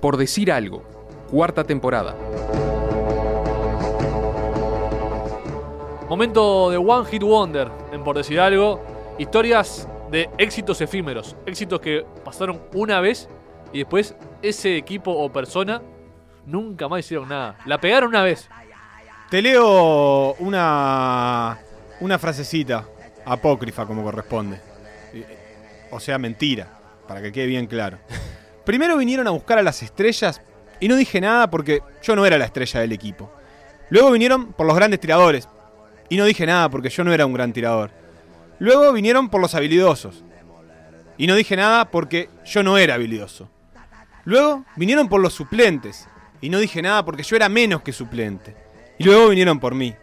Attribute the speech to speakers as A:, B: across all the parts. A: Por decir algo, cuarta temporada.
B: Momento de One Hit Wonder, en por decir algo, historias de éxitos efímeros, éxitos que pasaron una vez y después ese equipo o persona nunca más hicieron nada. La pegaron una vez.
C: Te leo una, una frasecita apócrifa como corresponde. O sea, mentira, para que quede bien claro. Primero vinieron a buscar a las estrellas y no dije nada porque yo no era la estrella del equipo. Luego vinieron por los grandes tiradores y no dije nada porque yo no era un gran tirador. Luego vinieron por los habilidosos y no dije nada porque yo no era habilidoso. Luego vinieron por los suplentes y no dije nada porque yo era menos que suplente. Y luego vinieron por mí.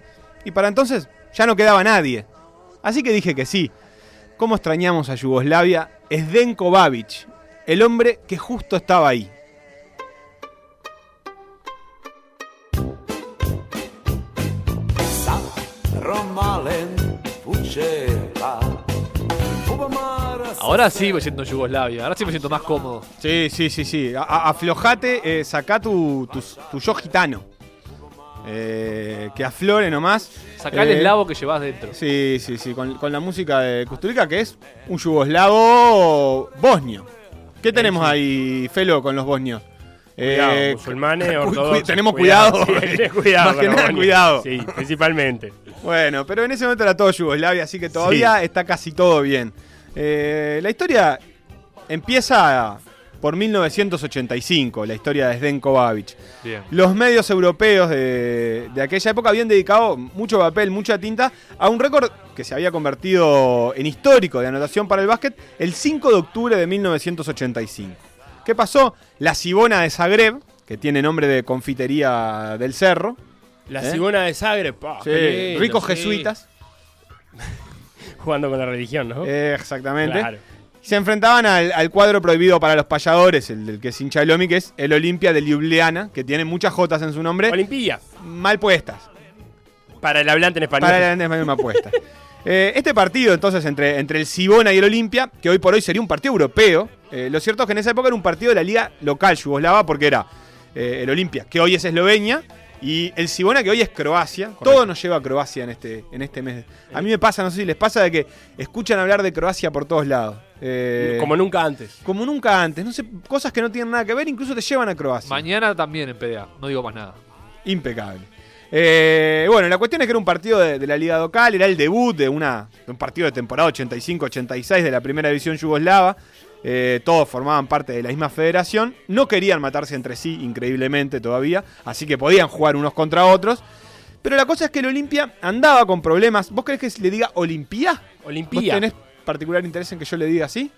C: Y para entonces ya no quedaba nadie. Así que dije que sí. ¿Cómo extrañamos a Yugoslavia? Es Zdenko Babic, el hombre que justo estaba ahí.
B: Ahora sí me siento en Yugoslavia, ahora sí me siento más cómodo.
C: Sí, sí, sí, sí. A- a- aflojate, eh, sacá tu, tu, tu yo gitano. Eh, que aflore nomás.
B: Sacá el
C: Eh,
B: eslavo que llevas dentro.
C: Sí, sí, sí, con, con la música de Kusturica, que es un yugoslavo bosnio. ¿Qué tenemos ahí, Felo, con los bosnios?
D: Cuidado,
C: Eh,
D: musulmanes,
C: cu- cu-
D: ortodoxos.
C: tenemos cuidado.
D: sí, cuidado
C: Más que
D: con los
C: nada,
D: bosnios.
C: cuidado.
D: Sí, principalmente.
C: Bueno, pero en ese momento era todo Yugoslavia, así que todavía está casi todo bien. Eh, la historia empieza por 1985, la historia de Zdenko Babic.
B: Bien.
C: Los medios europeos de, de aquella época habían dedicado mucho papel, mucha tinta a un récord que se había convertido en histórico de anotación para el básquet el 5 de octubre de 1985. ¿Qué pasó? La Sibona de Zagreb, que tiene nombre de confitería del cerro,
D: La
C: ¿Eh?
D: cigona de Zagreb, pa,
C: sí,
D: Ah, qué lindo,
C: ricos
D: sí.
C: jesuitas,
D: Jugando con la religión, ¿no?
C: eh, exactamente,
D: Oh. Claro.
C: se enfrentaban al, al cuadro prohibido para los payadores, el del que es hincha el Omi, que es el Olimpia de Ljubljana, que tiene muchas jotas en su nombre,
D: Olimpia.
C: mal puestas.
D: Para el hablante en español.
C: Para la grande es la misma apuesta. Eh, este partido, entonces, entre, entre el Sibona y el Olimpia, que hoy por hoy sería un partido europeo, eh, lo cierto es que en esa época era un partido de la liga local yugoslava, porque era eh, el Olimpia, que hoy es Eslovenia, y el Sibona, que hoy es Croacia. Todo nos lleva a Croacia en este, en este mes. A mí me pasa, no sé si les pasa, de que escuchan hablar de Croacia por todos lados. Eh,
D: Como nunca antes.
C: como nunca antes, no sé, cosas que no tienen nada que ver, incluso te llevan a Croacia.
B: Mañana también en PDA, no digo más nada.
C: Impecable. Eh, bueno, la cuestión es que era un partido de, de la Liga Local, era el debut de, una, de un partido de temporada 85-86 de la primera división yugoslava. Eh, todos formaban parte de la misma federación. No querían matarse entre sí, increíblemente todavía. Así que podían jugar unos contra otros. Pero la cosa es que el Olimpia andaba con problemas. ¿Vos querés que le diga Olimpia? ¿Vos
D: Olimpia.
C: tenés particular interés en que yo le diga así?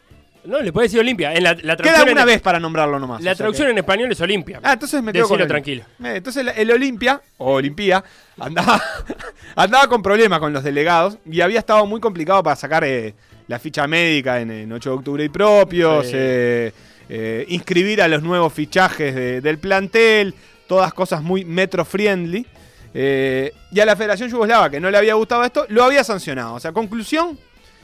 D: No, le puedes decir Olimpia. En la, la
C: Queda
D: traducción,
C: una
D: en,
C: vez para nombrarlo nomás. o sea
D: La
C: que-
D: traducción en español es Olimpia.
C: Ah, entonces me quedo
D: Decilo
C: con el-
D: tranquilo.
C: Eh, Entonces la- el Olimpia, o Olimpia, andaba, andaba con problemas con los delegados y había estado muy complicado para sacar eh, la ficha médica en, en 8 de octubre y propios,
D: Sí.
C: eh, eh, inscribir a los nuevos fichajes de- del plantel, todas cosas muy metro-friendly. Eh, y a la Federación Yugoslava, que no le había gustado esto, lo había sancionado. O sea, conclusión,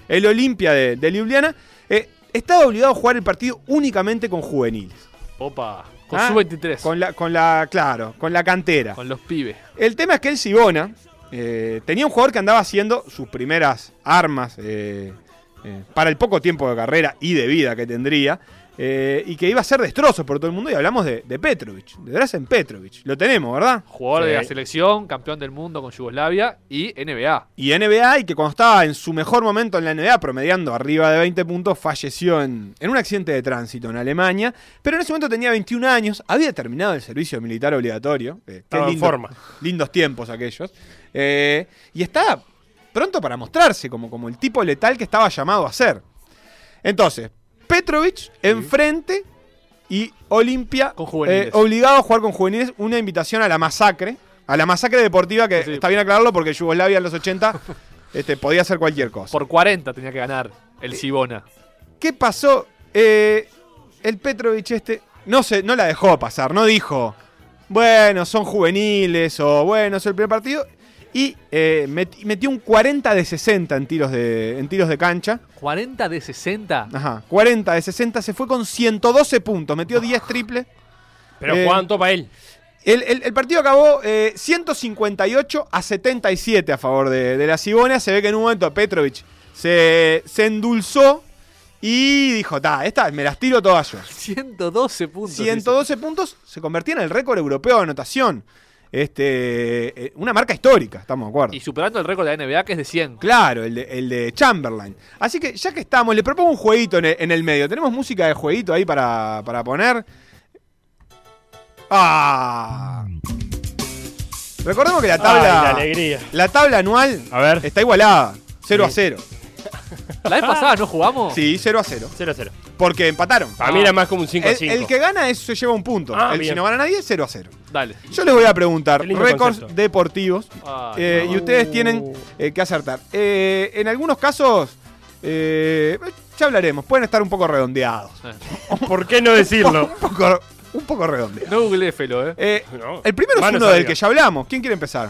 C: el Olimpia de, de Ljubljana eh, estaba obligado a jugar el partido únicamente con juveniles.
B: Opa, con
C: Ah,
B: sub-23, con,
C: Con la, con la, claro, con la cantera.
B: los pibes.
C: El tema es que el Sibona eh, tenía un jugador que andaba haciendo sus primeras armas eh, eh, para el poco tiempo de carrera y de vida que tendría. eh, y que iba a ser destrozos por todo el mundo. Y hablamos de, de Petrovic, de Drazen Petrovic. Lo tenemos, ¿verdad?
B: Jugador de la
D: Sí.
B: selección, campeón del mundo con Yugoslavia y NBA.
C: Y NBA, y que cuando estaba en su mejor momento en la NBA, promediando arriba de 20 puntos, falleció en, en un accidente de tránsito en Alemania. Pero en ese momento tenía 21 años, había terminado el servicio militar obligatorio. eh, qué
D: Estaba en
C: lindo-
D: forma.
C: Lindos tiempos aquellos. Eh, y está pronto para mostrarse como, como el tipo letal que estaba llamado a ser. Entonces, Petrovic enfrente y Olimpia
B: Con juveniles.
C: eh, obligado a jugar con juveniles. Una invitación a la masacre. A la masacre deportiva, que
B: Sí.
C: está bien aclararlo porque Yugoslavia en los 80 este, podía hacer cualquier cosa.
B: Por 40 tenía que ganar el Sibona.
C: ¿Qué pasó? Eh, el Petrovic este no, se, no la dejó pasar, no dijo, bueno, son juveniles o bueno, es el primer partido. Y eh, met- metió un 40 de 60 en tiros de, en tiros de cancha.
B: 40 de 60.
C: Ajá, 40 de 60, se fue con 112 puntos, metió 10 triples.
D: Pero
C: Eh,
D: jugaban todo para él.
C: El, el- el partido acabó eh, 158 a 77 a favor de, de la Sibona. Se ve que en un momento Petrovic se, se endulzó y dijo, ta, esta me las tiro todas yo.
B: 112 puntos.
C: 112 puntos se convertía en el récord europeo de anotación. Este, eh, una marca histórica, estamos de acuerdo.
B: Y superando el récord de la NBA, que es de 100.
C: Claro, el de, el de Chamberlain. Así que ya que estamos, le propongo un jueguito en el, en el medio. Tenemos música de jueguito ahí para, para poner. ¡Ah! Recordemos que la tabla,
D: Ay, la alegría.
C: la tabla anual
D: A ver.
C: está igualada. 0 a
D: Sí.
C: 0.
B: La vez
D: Ah.
B: pasada no jugamos.
C: Sí, 0 a 0.
D: 0-0.
C: Porque empataron.
D: Para mí era más como un
C: El,
D: 5-5.
C: el que gana es- se lleva un punto.
D: Ah,
C: el, si
D: bien.
C: no gana nadie, 0 a 0.
B: Dale.
C: Yo les voy a preguntar
D: Qué lindo
C: récords
D: concepto.
C: deportivos
B: Ay,
C: Eh,
B: no.
C: y ustedes tienen eh, que acertar. Eh, en algunos casos, eh, ya hablaremos, pueden estar un poco redondeados.
B: Eh,
D: ¿Por qué no decirlo?
C: Un poco, un poco redondeados.
B: No googleé Felo, eh.
C: Eh,
D: No.
C: el primero es
D: Manos
C: uno del
D: arriba.
C: que ya hablamos. ¿Quién quiere empezar?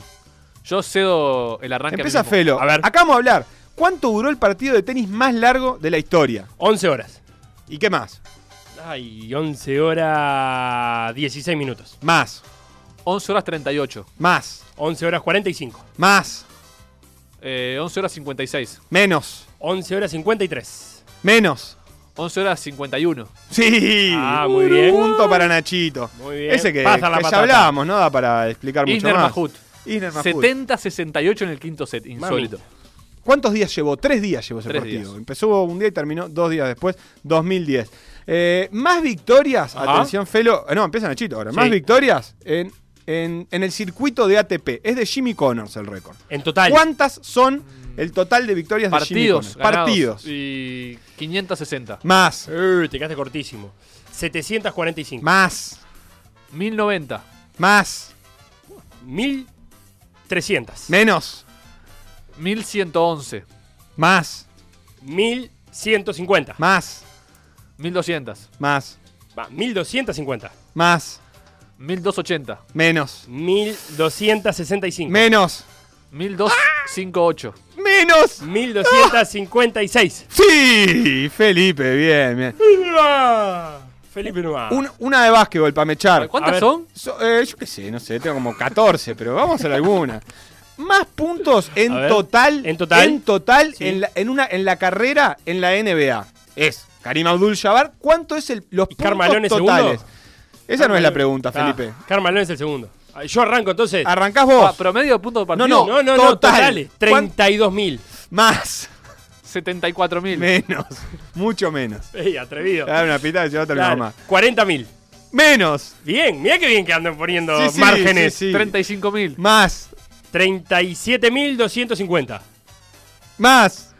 B: Yo cedo el arranque. a mí
C: Empieza
B: mismo.
C: Felo.
D: A ver.
C: Acá vamos a hablar. ¿Cuánto duró el partido de tenis más largo de la historia?
D: 11 horas.
C: ¿Y qué más?
D: Ay, 11 horas 16 minutos.
C: Más,
B: 11 horas 38.
C: más,
D: 11 horas 45.
C: más,
B: Eh, 11 horas 56.
C: menos,
D: 11 horas 53.
C: menos.
B: 11 horas 51.
C: Sí.
D: Ah, muy bien.
C: Punto para Nachito.
D: Muy bien.
C: Ese que,
D: Pasa la
C: que ya
D: patata.
C: hablábamos, ¿no? Da para explicar mucho
B: Isner
C: más.
B: Mahut.
C: Isner Mahut.
B: 70-68 en el quinto set. Insólito.
C: ¿Cuántos días llevó? Tres días llevó ese
B: Tres
C: partido.
B: días.
C: Empezó un día y terminó dos días después, 2010. Eh, más victorias,
B: Ajá.
C: atención, Felo. eh, No, empieza Nachito ahora.
D: Sí.
C: Más victorias en, en- en el circuito de ATP. Es de Jimmy Connors el récord.
D: En total.
C: ¿Cuántas son el total de victorias de Jimmy
B: Partidos.
C: Connors?
B: ganados.
C: Partidos.
B: Y 560.
C: Más,
D: Eh, te quedaste cortísimo. 745.
C: más,
B: 1090.
C: más,
D: 1300.
C: menos,
B: 1111.
C: más,
D: 1150.
C: más,
B: 1200.
C: más,
D: Va, 1250.
C: más,
B: 1280.
C: menos,
D: 1265.
C: menos,
B: 1258.
C: menos.
D: 1256.
C: Sí, Felipe, bien, bien.
D: Felipe Nueva.
C: Ah. Un- una de básquetbol para mechar.
D: A
B: ¿Cuántas
D: ver.
B: son?
C: So- eh, yo qué sé, no sé, tengo como 14, pero vamos a hacer alguna. Más puntos en
D: A ver,
C: total.
D: en total.
C: En total,
D: Sí.
C: en, la, en una, en la carrera en la NBA. Es Eh, Karim Abdul Jabbar. ¿Cuánto es el, los
D: ¿Y
C: puntos
D: Carmalone segundo?
C: totales? Esa no es la pregunta,
D: Ah,
C: Felipe.
D: Carmalón es el segundo. Ah, Yo arranco entonces.
C: Arrancás
B: Ah,
C: vos.
B: promedio de puntos de partido.
C: no,
D: no, no, no,
C: total.
D: totales. 32.000.
C: Más,
B: 74.000.
C: menos, mucho menos.
D: Ey, atrevido.
C: Dale una pita y llévatelo
D: Claro,
C: nomás.
D: 40.000.
C: Menos.
D: Bien, mira qué bien que andan poniendo
C: Sí, sí,
D: márgenes.
C: sí, sí.
B: 35.000.
C: Más,
D: 37.250.
C: más,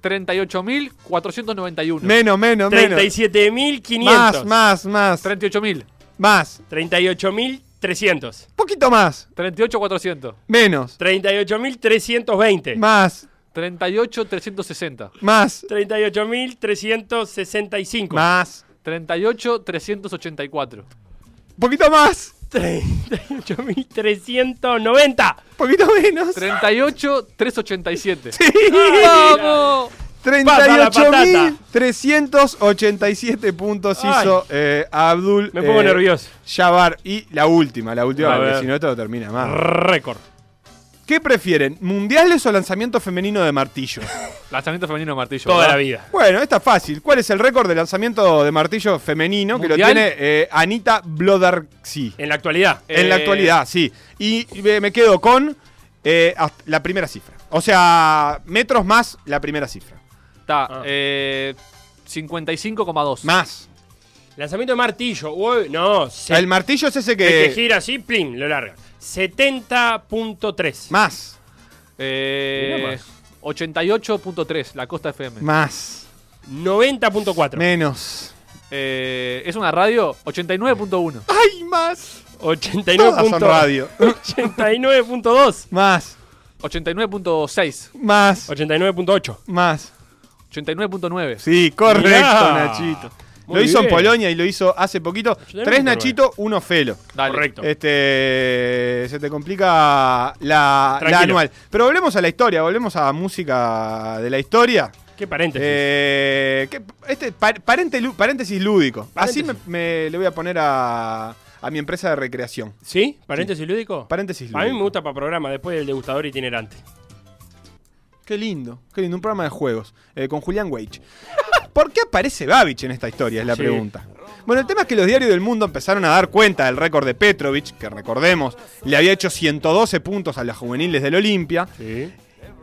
B: 38.491.
C: menos, menos, menos.
D: 37.500.
C: Más, más, más.
B: 38.000.
C: Más.
D: 38.300.
C: Poquito más.
B: 38.400.
C: Menos.
D: 38.320.
C: Más.
B: 38.360.
C: Más.
D: 38.365.
C: Más.
B: 38.384.
C: Poquito más.
D: 38.390.
C: Poquito menos.
B: 38.387.
C: Sí.
B: ¡Vamos!
D: Pasa la
C: 38.387 puntos
D: Ay.
C: hizo eh, Abdul.
D: Me pongo
C: eh,
D: nervioso.
C: Jabbar. Y la última, la última,
D: A
C: porque
D: ver.
C: si no esto no termina más.
D: Récord.
C: ¿Qué prefieren? ¿Mundiales o lanzamiento femenino de martillo?
B: Lanzamiento femenino de martillo.
D: Toda
B: ¿verdad?
D: la vida.
C: Bueno, está fácil. ¿Cuál es el récord de lanzamiento de martillo femenino que lo
B: ¿Mundial?
C: tiene eh, Anita Blodarxi?
D: En la actualidad.
C: En la
B: Eh,
C: actualidad, sí. Y me me quedo con eh, hasta la primera cifra. O sea, metros más la primera cifra.
B: Está.
D: Ah.
B: eh, 55,2.
C: Más.
D: Lanzamiento de martillo. Uy, no,
C: O sea, el martillo es ese
D: El
C: que.
D: que gira así, plim, lo larga. 70.3.
C: Más.
B: Eh,
D: Mirá más.
B: 88.3, la Costa FM.
C: Más.
D: 90.4.
C: Menos.
B: Eh, es una radio 89.1.
C: ¡Ay, más! Todas son
D: 89.2.
C: radio.
D: 89.2.
C: Más.
B: 89.6.
C: Más.
D: 89.8.
C: Más.
B: 89.9.
C: Sí, correcto,
D: Mirá.
C: Nachito.
D: Muy
C: lo hizo en
D: bien.
C: Polonia y lo hizo hace poquito.
D: Yo
C: Tres
D: también me
C: Nachito, uno Felo.
B: Dale.
D: Correcto.
C: Este, se te complica la, la
D: Tranquilo.
C: anual. Pero volvemos a la historia, volvemos a música de la historia.
D: Qué paréntesis.
C: Eh, que- este, par- parente lu- paréntesis lúdico. Así me,
D: Paréntesis.
C: me- le voy a poner a, a mi empresa de recreación.
D: ¿Sí? ¿Paréntesis lúdico?
C: Paréntesis.
D: A mí me
C: lúdico.
D: gusta para programa, después del degustador itinerante.
C: Qué lindo, qué lindo. Un programa de juegos eh, con Julián Weich. ¿Por qué aparece Babich en esta historia? Es la
D: Sí.
C: pregunta. Bueno, el tema es que los diarios del mundo empezaron a dar cuenta del récord de Petrovic, que recordemos, le había hecho 112 puntos a las juveniles del Olimpia.
D: Sí.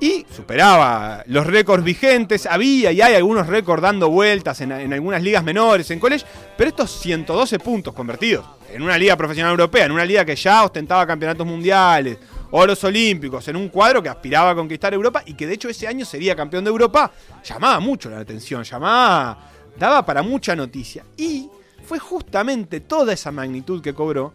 C: y superaba los récords vigentes. Había y hay algunos récords dando vueltas en, en algunas ligas menores, en college, pero estos 112 puntos convertidos en una liga profesional europea, en una liga que ya ostentaba campeonatos mundiales, oros olímpicos, en un cuadro que aspiraba a conquistar Europa y que de hecho ese año sería campeón de Europa, llamaba mucho la atención, llamaba, daba para mucha noticia. Y fue justamente toda esa magnitud que cobró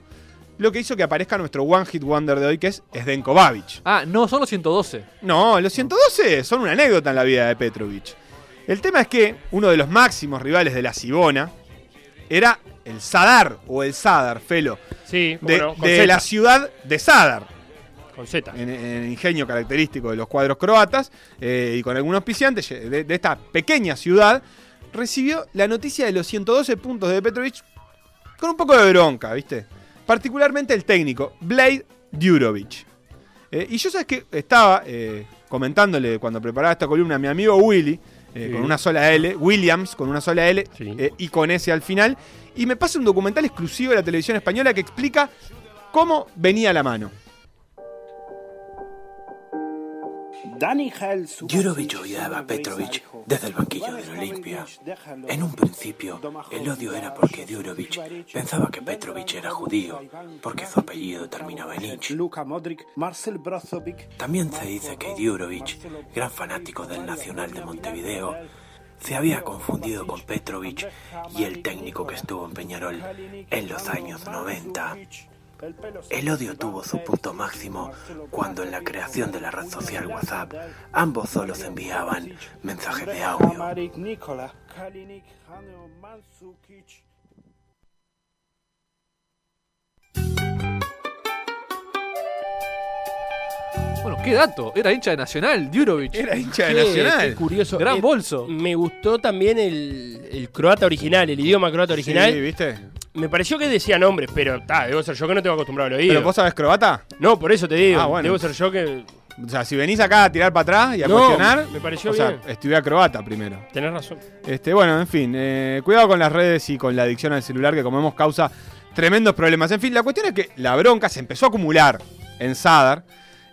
C: lo que hizo que aparezca nuestro One Hit Wonder de hoy, que es Zdenko Babic.
B: Ah, no, son los 112.
C: No, los 112 son una anécdota en la vida de Petrovic. El tema es que uno de los máximos rivales de la Sibona era el Sadar o el Sadar, Felo,
D: Sí,
C: de,
D: bueno, con
C: de Eh,
D: Z.
C: la ciudad de Sadar,
D: Con Z.
C: en, en el ingenio característico de los cuadros croatas eh, y con algunos auspiciantes de, de esta pequeña ciudad, recibió la noticia de los 112 puntos de Petrovic con un poco de bronca, ¿viste? Particularmente el técnico, Blade Durovic. Eh, y yo sabes que estaba eh, comentándole cuando preparaba esta columna a mi amigo Willy, eh,
D: Sí.
C: con una sola L, Williams con una sola L
D: Sí.
C: eh, y con S al final, y me pasa un documental exclusivo de la televisión española que explica cómo venía la mano.
E: Jurovic odiaba a Petrovic desde el banquillo del Olimpia. En un principio, el odio era porque Jurovic pensaba que Petrovic era judío, porque su apellido terminaba en Ich. También se dice que Jurovic, gran fanático del Nacional de Montevideo, se había confundido con Petrovic y el técnico que estuvo en Peñarol en los años 90. El odio tuvo su punto máximo cuando en la creación de la red social WhatsApp ambos solo se enviaban mensajes de audio.
B: Bueno, qué dato. Era hincha de Nacional, Djurovic.
C: Era hincha
D: Qué-
C: de Nacional.
D: qué este curioso.
B: Gran
D: Eh,
B: bolso.
D: Me gustó también el, el croata original, el idioma croata original.
C: Sí, ¿viste?
D: Me pareció que decía nombres, pero ta, debo ser yo que no tengo acostumbrado al oído.
C: ¿Pero vos sabés croata?
D: No, por eso te digo.
C: Ah, bueno.
D: Debo ser yo que.
C: O sea, si venís acá a tirar para atrás y a
D: No,
C: cuestionar,
D: me pareció
C: o sea,
D: bien.
C: estudiá croata primero.
D: Tenés razón.
C: Este, bueno, en fin, eh, cuidado con las redes y con la adicción al celular que como vemos causa tremendos problemas. En fin, la cuestión es que la bronca se empezó a acumular en Sadar,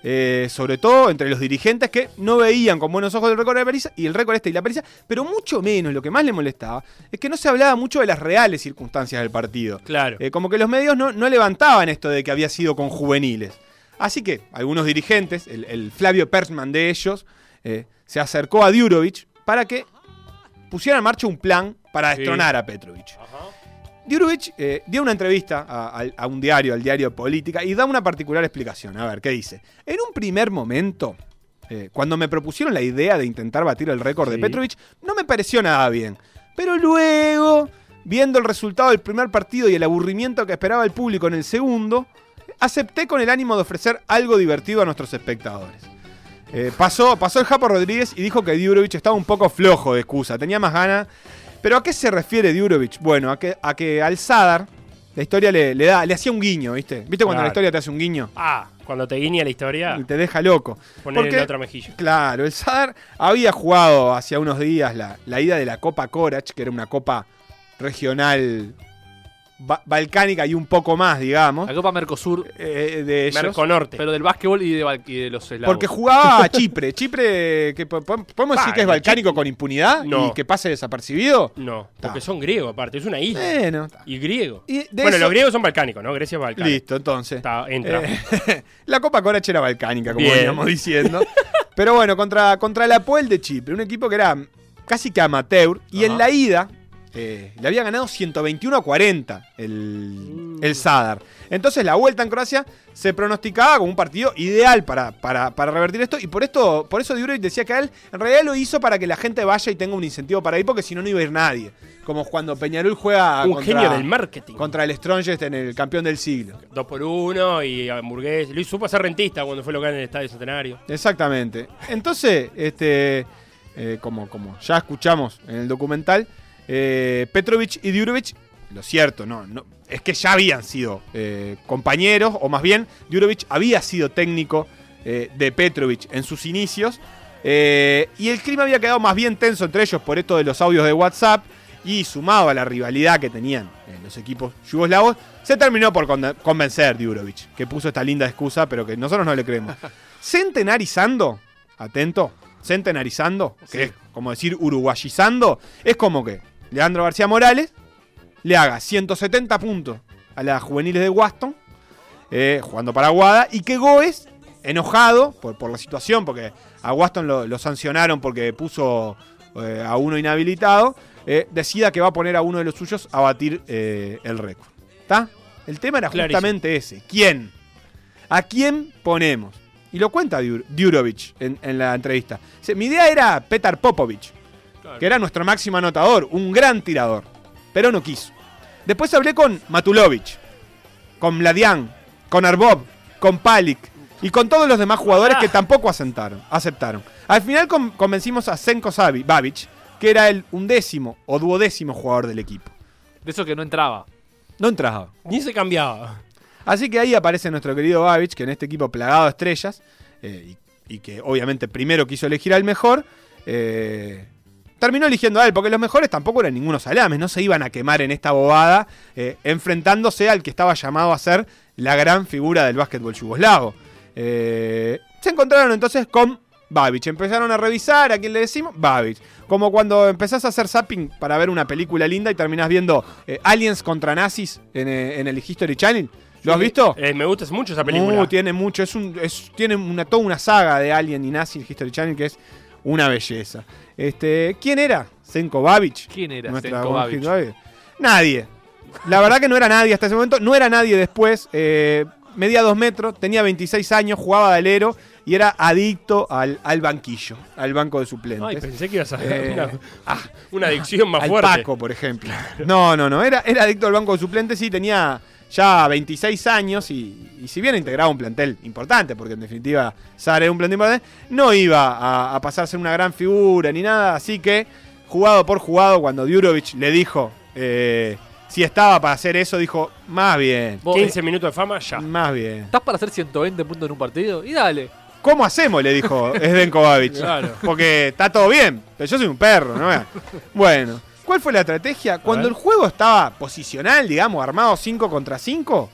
C: eh, sobre todo entre los dirigentes que no veían con buenos ojos el récord de París y el récord este y la París, pero mucho menos, lo que más le molestaba es que no se hablaba mucho de las reales circunstancias del partido.
D: Claro.
C: Eh, como que los medios no, no levantaban esto de que había sido con juveniles. Así que algunos dirigentes, el, el Flavio Persman de ellos, eh, se acercó a Djurovic para que pusiera en marcha un plan para destronar a Petrovic. Djurovic eh, dio una entrevista a, al- a un diario, al diario Política, y da una particular explicación. A ver, ¿qué dice? En un primer momento, eh, cuando me propusieron la idea de intentar batir el récord de
D: Sí.
C: Petrovic, no me pareció nada bien. Pero luego, viendo el resultado del primer partido y el aburrimiento que esperaba el público en el segundo, acepté con el ánimo de ofrecer algo divertido a nuestros espectadores. Eh, pasó, pasó el Japo Rodríguez y dijo que Djurovic estaba un poco flojo de excusa, tenía más ganas. Pero ¿a qué se refiere Djurovic? Bueno, a que, a que al Sadar la historia le, le da, le hacía un guiño, ¿viste? ¿Viste cuando la
D: Claro.
C: historia te hace un guiño?
D: Ah, cuando te guiña la historia,
C: Y te deja loco.
D: poner
C: Porque-
D: la otra mejilla.
C: Claro, el Sadar había jugado hacía unos días la, la ida de la Copa Korach, que era una copa regional ba- balcánica y un poco más, digamos,
B: La Copa Mercosur,
C: eh, de ellos.
D: Merconorte.
B: pero del básquetbol y de, Val- y de los eslavos.
C: Porque jugaba a Chipre. Chipre, que po- po- ¿podemos
D: Pa,
C: decir que es
D: Ah, el
C: balcánico
D: Chipre-
C: con impunidad
D: No. Mm.
C: y que pase desapercibido?
D: No,
C: Ta. Eh,
D: porque son griegos aparte, es una isla.
C: Bueno,
D: Y griego.
C: Y de
D: bueno,
C: eso-
D: los griegos son balcánicos, ¿no? Grecia es balcánica.
C: listo, entonces.
D: Ta, entra.
C: Eh, la Copa Corach era balcánica, como
D: Bien.
C: veníamos diciendo. Pero bueno, contra, contra el Apoel de Chipre, un equipo que era casi que amateur. Y en
B: Ajá.
C: la ida eh, le había ganado 121 a 40
D: Mm.
C: el, el Sadar. Entonces la vuelta en Croacia se pronosticaba como un partido ideal para, para, para revertir esto. Y por esto por eso Djurovic decía que a él en realidad lo hizo para que la gente vaya y tenga un incentivo para ir, porque si no, no iba a ir nadie. Como cuando Peñarol juega
D: Un
C: ah, contra,
D: genio del marketing.
C: contra el Strongest en el campeón del siglo.
D: Dos por uno y hamburgués. Luis supo ser rentista cuando fue local en el Estadio Centenario.
C: Exactamente. Entonces, este, eh, como, como ya escuchamos en el documental, eh, Petrovic y Djurovic lo cierto, no, no- es que ya habían sido eh, compañeros, o más bien, Djurovic había sido técnico eh, de Petrovic en sus inicios. eh, y el clima había quedado más bien tenso entre ellos por esto de los audios de WhatsApp. Y sumado a la rivalidad que tenían eh, los equipos yugoslavos, se terminó por conde- convencer Djurovic, que puso esta linda excusa, pero que nosotros no le creemos. Centenarizando, atento, centenarizando, que es como decir uruguayizando, es como que Leandro García Morales le haga 170 puntos a las juveniles de Waston, eh, jugando para Guada, y que Goes, enojado por, por la situación, porque a Waston lo, lo sancionaron porque puso eh, a uno inhabilitado, eh, decida que va a poner a uno de los suyos a batir eh, el récord. ¿Está? El tema era
D: Clarísimo.
C: justamente ese. ¿Quién? ¿A quién ponemos? Y lo cuenta Djur- Djurovic en, en la entrevista. Dice, mi idea era Petar Popovic, que era nuestro máximo anotador, un gran tirador, pero no quiso. Después hablé con Matulovic, con Mladian, con Arbov, con Palik y con todos los demás jugadores que tampoco asentaron- aceptaron. Al final con- convencimos a Senko Savi- Babic, que era el undécimo o duodécimo jugador del equipo.
B: De eso que no entraba.
C: No entraba.
D: Ni se cambiaba.
C: Así que ahí aparece nuestro querido Babich, que en este equipo plagado de estrellas, eh, y, y que obviamente primero quiso elegir al mejor, eh, terminó eligiendo a él, porque los mejores tampoco eran ningunos salames, no se iban a quemar en esta bobada, eh, enfrentándose al que estaba llamado a ser la gran figura del básquetbol yugoslavo. Eh, se encontraron entonces con Babich, empezaron a revisar a quién le decimos Babich. Como cuando empezás a hacer zapping para ver una película linda y terminás viendo eh, Aliens contra Nazis en, eh, en el History Channel. ¿Lo has visto?
D: Eh, me gusta mucho esa película.
C: Uh, tiene mucho. Es un, es- tiene una, toda una saga de Alien y Nazi History Channel que es una belleza. Este, ¿Quién era? Senko Babic.
B: ¿Quién era
C: Nuestra
B: Senko
C: One
B: Babic?
C: Hit Wonder. Nadie. La verdad que no era nadie hasta ese momento. No era nadie después. eh, medía dos metros, tenía 26 años, jugaba de alero y era adicto al, al banquillo, al banco de suplentes.
D: Ay, pensé que ibas a
C: Eh,
D: una, ah, una adicción más
C: al
D: fuerte.
C: Paco, por ejemplo. No, no, no. Era, era adicto al banco de suplentes y tenía ya 26 años y, y si bien integraba un plantel importante, porque en definitiva Sara era un plantel importante, no iba a, a pasarse una gran figura ni nada. Así que, jugado por jugado, cuando Djurovic le dijo eh, si estaba para hacer eso, dijo, más bien,
B: Vos, eh,
D: 15 minutos de fama ya.
C: más bien.
B: ¿Estás para hacer 120 puntos en un partido? Y dale.
C: ¿Cómo hacemos? Le dijo Zdenko Babic.
D: Claro.
C: Porque está todo bien, pero yo soy un perro, ¿no? Bueno, ¿cuál fue la estrategia? Cuando
D: ver.
C: el juego estaba posicional, digamos, armado 5 contra 5,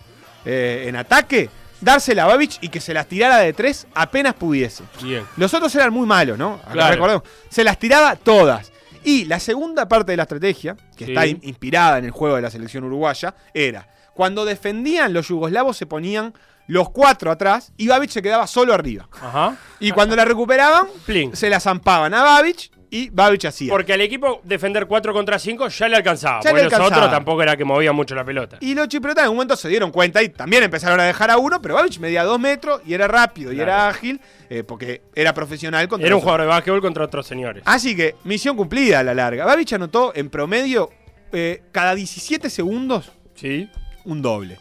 C: en ataque, dársela a Babic y que se las tirara de 3 apenas pudiese.
D: Bien.
C: Los otros eran muy malos, ¿no? Acá
D: Claro.
C: recordemos. Se las tiraba todas. Y la segunda parte de la estrategia, que
B: Sí.
C: está in- inspirada en el juego de la selección uruguaya, era cuando defendían los yugoslavos se ponían los cuatro atrás y Babic se quedaba solo arriba.
D: Ajá.
C: Y cuando la recuperaban,
D: Plin.
C: se la zampaban a Babic y Babic hacía.
D: Porque al equipo defender 4 contra 5 ya le alcanzaba.
C: Ya le
D: porque los
C: alcanzaba.
D: otros tampoco era que movía mucho la pelota.
C: Y los chipriotas en un momento se dieron cuenta y también empezaron a dejar a uno, pero Babic medía dos metros y era rápido y
D: Claro.
C: era ágil eh, porque era profesional contra Ah.
D: Era un
C: los
D: jugador de básquetbol contra otros señores.
C: Así que, misión cumplida a la larga. Babich anotó en promedio eh, cada 17 segundos
D: Sí.
C: un doble.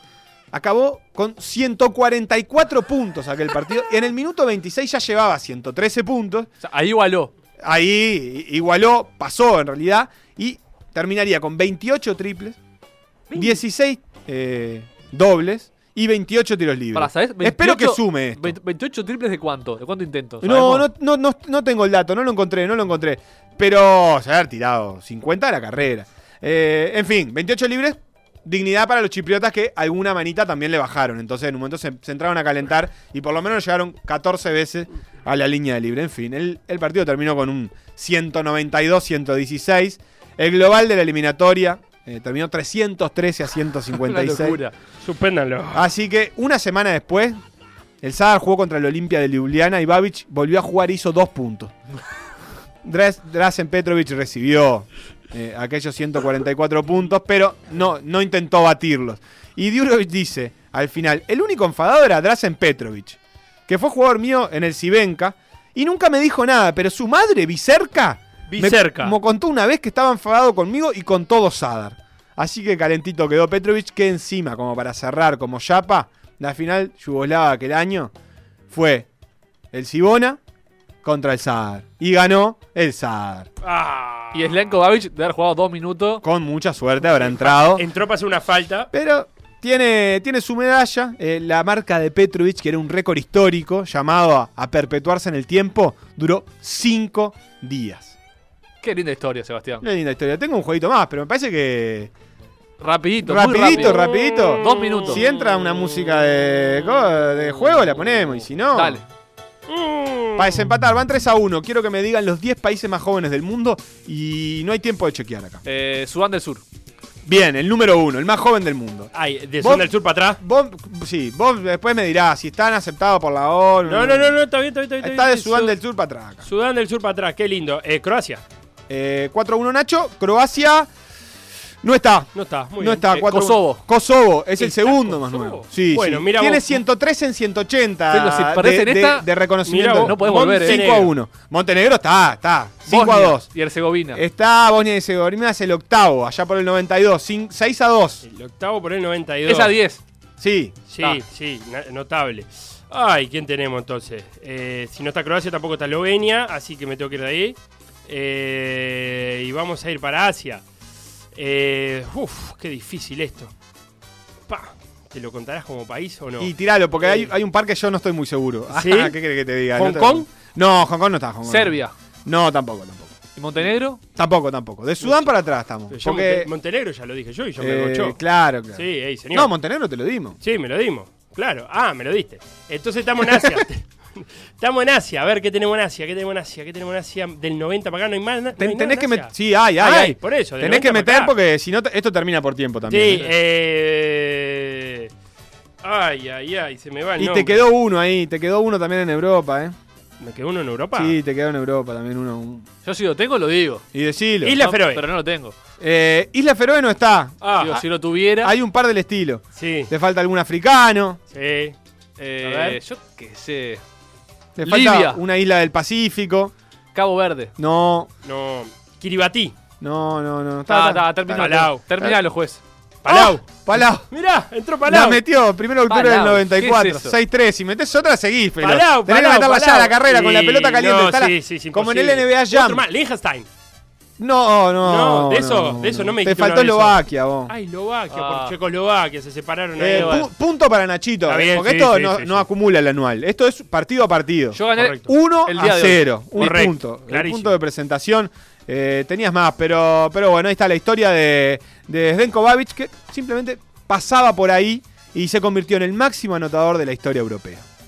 C: Acabó con 144 puntos aquel partido. Y en el minuto 26 ya llevaba 113 puntos.
B: O sea, ahí igualó.
C: Ahí igualó, pasó en realidad. Y terminaría con 28 triples, 16 eh, dobles y 28 tiros libres.
B: Para, ¿sabes?
C: Espero que
B: 28
C: sume esto.
B: 20 28 triples de cuánto? ¿De cuánto intentos?
C: No, no, no, no, no tengo el dato, no lo encontré, no lo encontré. Pero se haber tirado 50 a la carrera. Eh, en fin, 28 libres, dignidad para los chipriotas que alguna manita también le bajaron. Entonces en un momento se, se entraron a calentar y por lo menos llegaron 14 veces a la línea de libre. En fin, el, el partido terminó con un 192-116. El global de la eliminatoria eh, terminó 313 a 156.
B: Una locura.
D: Suspéndanlo.
C: Así que una semana después, el Sadar jugó contra el Olimpia de Ljubljana y Babic volvió a jugar y hizo dos puntos. Dres- Drazen Petrovic recibió eh, aquellos 144 puntos, pero no, no intentó batirlos. Y Djurovic dice, al final, el único enfadado era Drazen Petrovic, que fue jugador mío en el Sibenka y nunca me dijo nada, pero su madre, Vicerca, me-
D: Biserka.
C: me contó una vez que estaba enfadado conmigo y con todo Sadar. Así que calentito quedó Petrovic, que encima, como para cerrar como chapa, la final yugoslava aquel año fue el Sibona contra el Sadar. Y ganó el Sadar.
D: Ah.
B: Y Slanko Babic de haber jugado dos minutos.
C: Con mucha suerte habrá entrado.
D: Entró para hacer una falta.
C: Pero tiene, tiene su medalla, eh, la marca de Petrovic, que era un récord histórico, llamado a, a perpetuarse en el tiempo, duró cinco días.
B: Qué linda historia, Sebastián.
C: Una linda historia. Tengo un jueguito más, pero me parece que.
B: Rapidito, muy
C: Rapidito,
B: rápido.
C: rapidito.
B: Dos minutos.
C: Si entra una música de, co- de juego, la ponemos. Y si no.
B: Dale.
C: Para desempatar, van 3 a 1. Quiero que me digan los 10 países más jóvenes del mundo. Y no hay tiempo de chequear acá.
B: Eh, Sudán del Sur.
C: Bien, el número 1, el más joven del mundo.
D: Ay, de
C: ¿Vos?
D: Zona del Sur para atrás.
C: Vos, sí, vos después me dirás si están aceptados por la ONU.
D: No, no, no, no, está bien, está bien, está bien.
C: Está de
D: bien.
C: Sudán
D: Su-
C: del Sur para atrás. acá.
D: Sudán del Sur para atrás, qué lindo. Eh, Croacia.
C: Eh, 4-1 Nacho, Croacia no está.
D: No está, muy
C: no
D: bien.
C: está,
B: Eh,
C: 4
B: Kosovo.
C: Kosovo es el
D: ¿Está
C: segundo más
D: Kosovo?
C: nuevo. Sí,
D: Bueno,
C: sí.
D: mira
C: Tiene
D: vos.
C: 103 en 180
B: Pero si perdés
C: de,
B: en
C: de-
B: esta,
C: de reconocimiento.
D: mira vos,
B: no podés volver, eh.
C: 5 a 1. Montenegro está, está. 5
B: Bosnia
C: a 2.
B: Y Herzegovina.
C: Está Bosnia y Herzegovina, es el octavo, allá por el 92. 6 a 2.
D: El octavo por el 92.
B: Esa 10.
C: Sí,
D: Sí,
B: Ah.
D: sí, na- notable. Ay, ¿quién tenemos entonces? Eh, si no está Croacia, tampoco está Eslovenia, así que me tengo que ir de ahí. Eh, y vamos a ir para Asia. Eh, uf, qué difícil esto. Pa, ¿te lo contarás como país o no?
C: Y tiralo, porque hay,
D: Sí.
C: hay un par que yo no estoy muy seguro.
D: ¿Sí?
C: ¿Qué querés que te diga?
D: ¿Hong
C: No te-
D: Kong?
C: No, Hong Kong no está. Hong Kong.
B: Serbia.
C: No, tampoco, tampoco.
B: ¿Y Montenegro?
C: Tampoco, tampoco. De Sudán para atrás estamos.
D: Pero ya
C: Porque,
D: Monte- Montenegro ya lo dije yo y yo
C: eh,
D: me gochó.
C: claro, claro.
D: Sí, ey, señor.
C: no, Montenegro te lo dimos.
D: Sí, me lo dimos. Claro. Ah, me lo diste. Entonces estamos en Asia. estamos en Asia. A ver qué tenemos en Asia. ¿Qué tenemos en Asia? ¿Qué tenemos en Asia? Del 90 para acá no hay más. na- no
C: Ten-
D: hay nada
C: tenés
D: en
C: que
D: Asia.
C: meter. Sí, ah, hay, hay,
D: Ay,
C: hay.
D: por eso, de
C: Tenés que
D: 90
C: meter
D: para acá.
C: porque si no, te- esto termina por tiempo también.
D: Sí, eh. Ay, ay, ay, se me va el
C: y
D: nombre.
C: te quedó uno ahí, te quedó uno también en Europa, ¿eh?
D: ¿Me quedó uno en Europa?
C: Sí, te quedó en Europa también uno. un-
B: Yo si lo tengo, lo digo.
C: Y decilo.
D: Isla
B: No,
D: Feroe.
B: Pero no lo tengo.
C: Eh, Isla Feroe no está.
D: Ah,
B: Digo, si lo tuviera.
C: Hay un par del estilo.
D: sí.
C: Te falta algún africano.
D: Sí.
B: eh,
D: a ver.
B: Yo qué sé.
C: Te falta
B: Libia.
C: una isla del Pacífico.
B: Cabo Verde.
C: No,
D: No. Kiribati.
C: no, no, no.
B: Está, está, ¡Ah! terminalo.
D: Palau.
B: Terminalo, juez.
D: Palau.
C: ¡Oh! Palau.
D: Mirá, entró
C: La
D: Palau.
C: metió, primero de octubre
B: Palau,
C: del 94,
B: ¿qué es eso?
C: 6-3. Si metes otra, seguís, pero
D: Palau,
C: tenés
D: Palau,
C: que meterla ya
D: Palau.
C: la carrera con la
D: Sí,
C: pelota caliente.
D: no,
C: está la-
D: sí, sí, sí,
C: como en el
D: imposible.
C: NBA Jam.
D: Otro más, Liechtenstein.
C: No, no.
D: No, de eso- de eso no me
C: Te
D: dijiste
C: faltó
D: una vez eso.
C: Eslovaquia, vos.
D: Ah, Eslovaquia,
B: Ah.
D: por Checoslovaquia, se separaron ahí.
C: Eh, pu-
D: bueno.
C: punto para Nachito,
D: Está
C: eh,
D: bien,
C: porque
D: sí,
C: esto
D: sí,
C: no,
D: sí,
C: no
D: sí.
C: acumula el anual. Esto es partido a partido.
B: Yo gané.
D: Correcto.
C: 1
B: El día
C: a
B: de hoy.
C: 0. Un
D: Correcto,
C: punto. El
D: clarísimo.
C: punto de presentación. Eh, tenías más, pero, pero bueno, ahí está la historia de, de Zdenko Babic que simplemente pasaba por ahí y se convirtió en el máximo anotador de la historia europea.